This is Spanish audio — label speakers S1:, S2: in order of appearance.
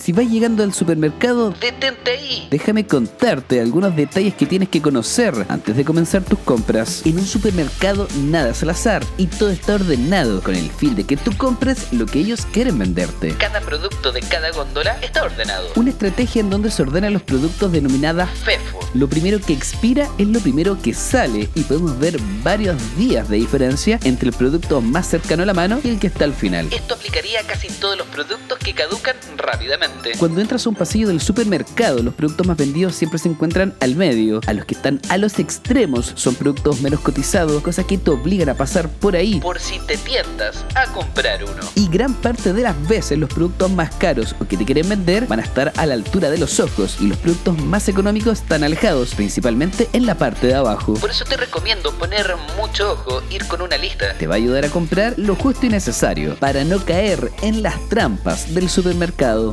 S1: si vas llegando al supermercado, detente ahí. Déjame contarte algunos detalles que tienes que conocer antes de comenzar tus compras. En un supermercado nada es al azar y todo está ordenado con el fin de que tú compres lo que ellos quieren venderte.
S2: Cada producto de cada góndola está ordenado.
S1: Una estrategia en donde se ordenan los productos denominada
S2: FEFO.
S1: lo primero que expira es lo primero que sale y podemos ver varios días de diferencia entre el producto más cercano a la mano y el que está al final.
S2: Esto aplicaría a casi todos los productos que caducan rápidamente.
S1: Cuando entras a un pasillo del supermercado, los productos más vendidos siempre se encuentran al medio. A los que están a los extremos son productos menos cotizados, cosas que te obligan a pasar por ahí.
S2: Por si te tientas a comprar uno.
S1: Y gran parte de las veces los productos más caros o que te quieren vender van a estar a la altura de los ojos y los productos más económicos están alejados, principalmente en la parte de abajo.
S2: Por eso te recomiendo poner mucho ojo, ir con una lista.
S1: Te va a ayudar a comprar lo justo y necesario para no caer en las trampas del supermercado.